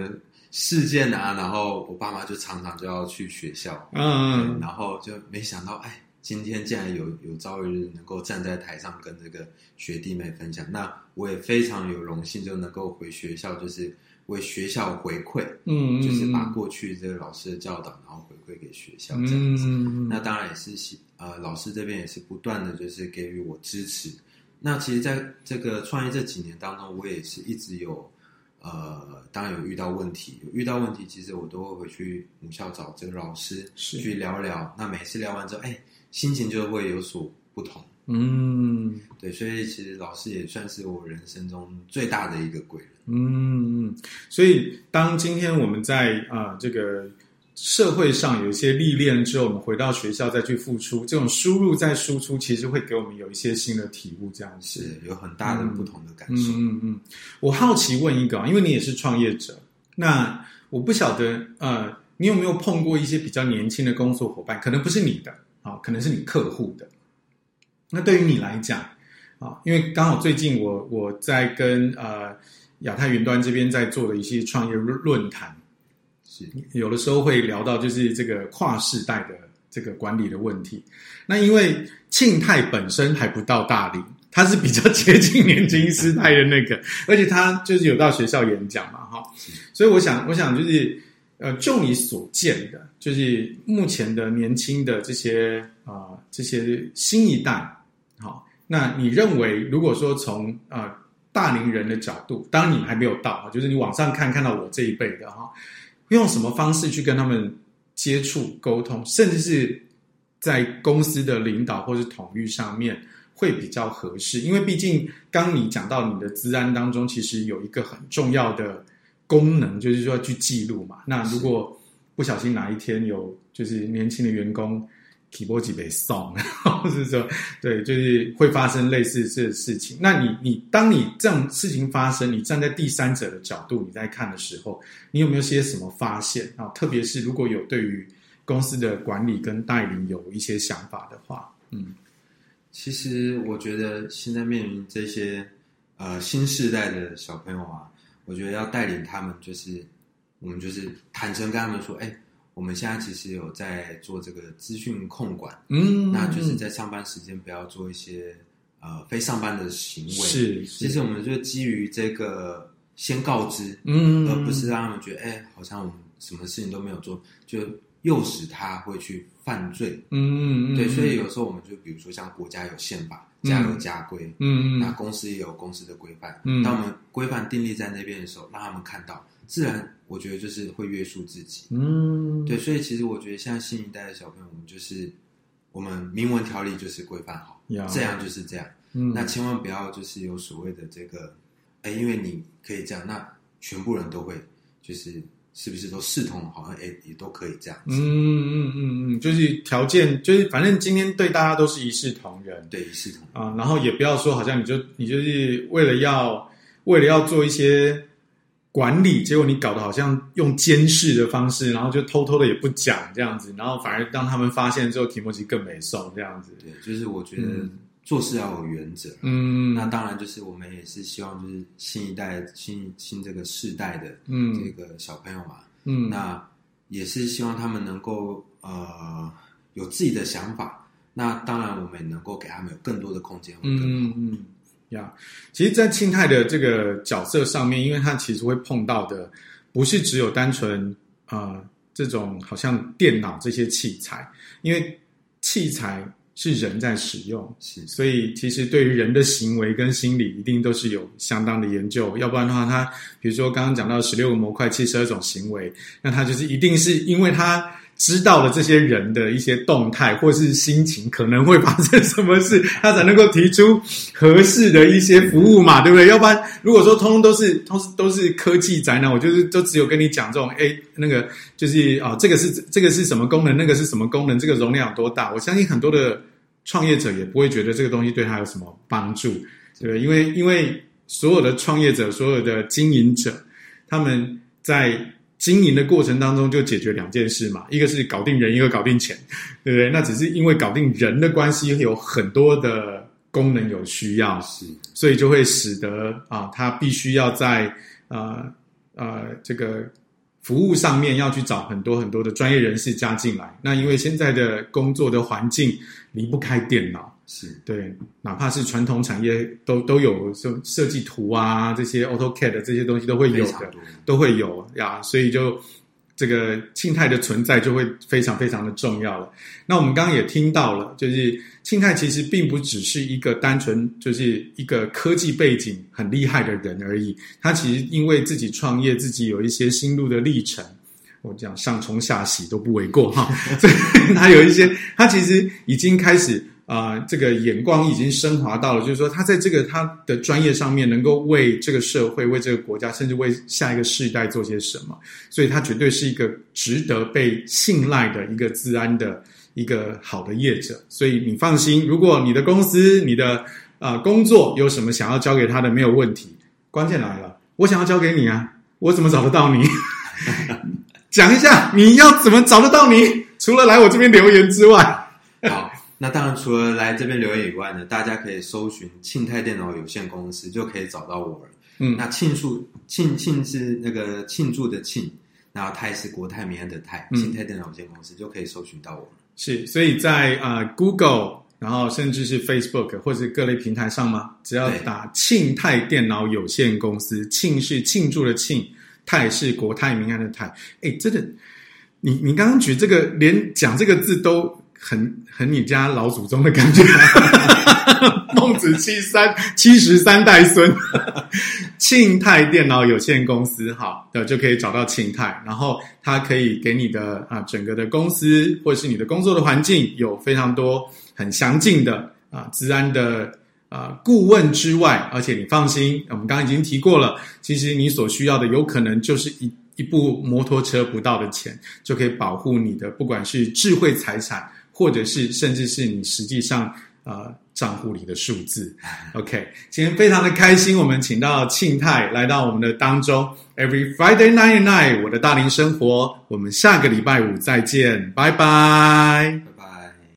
Speaker 2: 事件啊，然后我爸妈就常常就要去学校，
Speaker 1: 嗯，
Speaker 2: 然后就没想到，哎。今天竟然有有朝一日能够站在台上跟这个学弟妹分享，那我也非常有荣幸，就能够回学校，就是为学校回馈，
Speaker 1: 嗯，嗯
Speaker 2: 就是把过去这个老师的教导，然后回馈给学校这样子。
Speaker 1: 嗯，
Speaker 2: 那当然也是希呃，老师这边也是不断的就是给予我支持。那其实，在这个创业这几年当中，我也是一直有呃，当然有遇到问题，有遇到问题，其实我都会回去母校找这个老师
Speaker 1: 是
Speaker 2: 去聊聊。那每次聊完之后，哎，心情就会有所不同。
Speaker 1: 嗯
Speaker 2: 对，所以其实老师也算是我人生中最大的一个贵人。
Speaker 1: 嗯，嗯所以当今天我们在啊、呃这个社会上有一些历练之后，我们回到学校再去付出，这种输入再输出，其实会给我们有一些新的体悟，这样子。
Speaker 2: 是有很大的不同的感
Speaker 1: 嗯
Speaker 2: 受。
Speaker 1: 嗯嗯，我好奇问一个啊，因为你也是创业者，那我不晓得呃，你有没有碰过一些比较年轻的工作伙伴，可能不是你的啊、可能是你客户的。那对于你来讲啊、因为刚好最近我我在跟呃亚太云端这边在做的一些创业论论坛，
Speaker 2: 是
Speaker 1: 有的时候会聊到就是这个跨世代的这个管理的问题。那因为庆泰本身还不到大龄，他是比较接近年轻时代的那个， 而且他就是有到学校演讲嘛，哈，所以我想，我想就是呃，就你所见的，就是目前的年轻的这些啊、呃这些新一代，好、那你认为如果说从呃大龄人的角度，当然你们还没有到，啊就是你往上看看到我这一辈的哈、用什么方式去跟他们接触、沟通，甚至是在公司的领导或是统御上面会比较合适？因为毕竟刚你讲到你的资安当中，其实有一个很重要的功能，就是说要去记录嘛。那如果不小心哪一天有就是年轻的员工。提波几被送， 或是说，对，就是会发生类似这事情。那你你当你这种事情发生，你站在第三者的角度你在看的时候，你有没有些什么发现啊？特别是如果有对于公司的管理跟带领有一些想法的话，嗯
Speaker 2: 其实我觉得现在面临这些呃新时代的小朋友啊，我觉得要带领他们，就是我们就是坦诚跟他们说，哎，我们现在其实有在做这个资讯控管，
Speaker 1: 嗯
Speaker 2: 那就是在上班时间不要做一些呃非上班的行为。，
Speaker 1: 是，
Speaker 2: 其实我们就基于这个先告知，
Speaker 1: 嗯，
Speaker 2: 而不是让他们觉得，哎，好像我们什么事情都没有做，就诱使他会去犯罪。
Speaker 1: 嗯，嗯嗯，
Speaker 2: 对，所以有时候我们就比如说像国家有宪法，家有家规，
Speaker 1: 嗯
Speaker 2: 那
Speaker 1: 嗯
Speaker 2: 公司也有公司的规范。
Speaker 1: 嗯
Speaker 2: 当我们规范订立在那边的时候，让他们看到，自然我觉得就是会约束自己。
Speaker 1: 嗯，
Speaker 2: 对，所以其实我觉得现在新一代的小朋友，我们就是我们明文条例就是规范好
Speaker 1: 呀，
Speaker 2: 这样就是这样。
Speaker 1: 嗯，
Speaker 2: 那千万不要就是有所谓的这个，哎，因为你可以这样，那全部人都会就是是不是都视同好像哎也都可以这样
Speaker 1: 嗯
Speaker 2: 子，
Speaker 1: 嗯嗯嗯，就是条件，就是反正今天对大家都是一视同仁，
Speaker 2: 对，一视同。
Speaker 1: 啊、然后也不要说好像你就你就是为了要为了要做一些管理，结果你搞得好像用监视的方式，然后就偷偷的也不讲这样子，然后反而让他们发现之后，提莫吉更没送这样子。
Speaker 2: 对，就是我觉得做事要有原则。
Speaker 1: 嗯，
Speaker 2: 那当然，就是我们也是希望，就是新一代、新新这个世代的
Speaker 1: 嗯
Speaker 2: 这个小朋友嘛，
Speaker 1: 嗯
Speaker 2: 那也是希望他们能够呃有自己的想法。那当然，我们也能够给他们有更多的空间。嗯，
Speaker 1: 嗯嗯呀其实，在庆泰的这个角色上面，因为他其实会碰到的不是只有单纯呃这种好像电脑这些器材，因为器材是人在使用，
Speaker 2: 是
Speaker 1: 所以其实对于人的行为跟心理，一定都是有相当的研究。要不然的话，他比如说刚刚讲到十六个模块、七十二种行为，那他就是一定是因为他知道了这些人的一些动态或是心情，可能会发生什么事， 他才能够提出合适的一些服务嘛，对不对？要不然如果说通通都是通都是科技宅男，我就是都只有跟你讲这种，哎，那个就是啊、这个是这个是什么功能，那个是什么功能，这个容量有多大？我相信很多的创业者也不会觉得这个东西对他有什么帮助，对不对？因为因为所有的创业者，所有的经营者，他们在经营的过程当中就解决两件事嘛，一个是搞定人，一个搞定钱，对不对？那只是因为搞定人的关系，有很多的功能有需要，
Speaker 2: 是
Speaker 1: 所以就会使得啊，他必须要在呃呃这个服务上面要去找很多很多的专业人士加进来。那因为现在的工作的环境离不开电脑，
Speaker 2: 是
Speaker 1: 对，哪怕是传统产业都都有设设计图啊，这些 AutoCAD 这些东西都会有
Speaker 2: 非常
Speaker 1: 的，
Speaker 2: 多。
Speaker 1: 都会有呀，所以就这个庆泰的存在就会非常非常的重要了。那我们刚刚也听到了，就是庆泰其实并不只是一个单纯就是一个科技背景很厉害的人而已，他其实因为自己创业，自己有一些心路的历程。我讲上冲下洗都不为过哈，所以他有一些，他其实已经开始啊、呃这个眼光已经升华到了，就是说他在这个他的专业上面能够为这个社会、为这个国家，甚至为下一个世代做些什么，所以他绝对是一个值得被信赖的一个治安的一个好的业者。所以你放心，如果你的公司、你的呃工作有什么想要交给他的，没有问题。关键来了，我想要交给你啊，我怎么找得到你？讲一下你要怎么找得到你？除了来我这边留言之外，
Speaker 2: 好，那当然除了来这边留言以外呢，大家可以搜寻庆泰电脑有限公司，就可以找到我了。
Speaker 1: 嗯
Speaker 2: 那庆祝庆庆是那个庆祝的庆，然后泰是国泰民安的泰，
Speaker 1: 嗯
Speaker 2: 庆泰电脑有限公司就可以搜寻到我了。
Speaker 1: 是，所以在呃 Google，然后甚至是 Facebook 或是各类平台上嘛，只要
Speaker 2: 对
Speaker 1: 打庆泰电脑有限公司，庆是庆祝的庆，泰是国泰民安的泰。哎，真的，你你刚刚举这个，连讲这个字都很很你家老祖宗的感觉。 孟子七三七十三代孙， 庆泰电脑有限公司，好的就可以找到庆泰，然后它可以给你的啊、整个的公司或者是你的工作的环境有非常多很详尽的啊、治安的啊、顾问之外，而且你放心，我们刚刚已经提过了，其实你所需要的有可能就是一一部摩托车不到的钱，就可以保护你的不管是智慧财产，或者是甚至是你实际上呃账户里的数字。OK，今天非常的开心，我们请到庆泰来到我们的当中。Every Friday night and night，我的大龄生活，我们下个礼拜五再见，拜拜。
Speaker 2: 拜拜。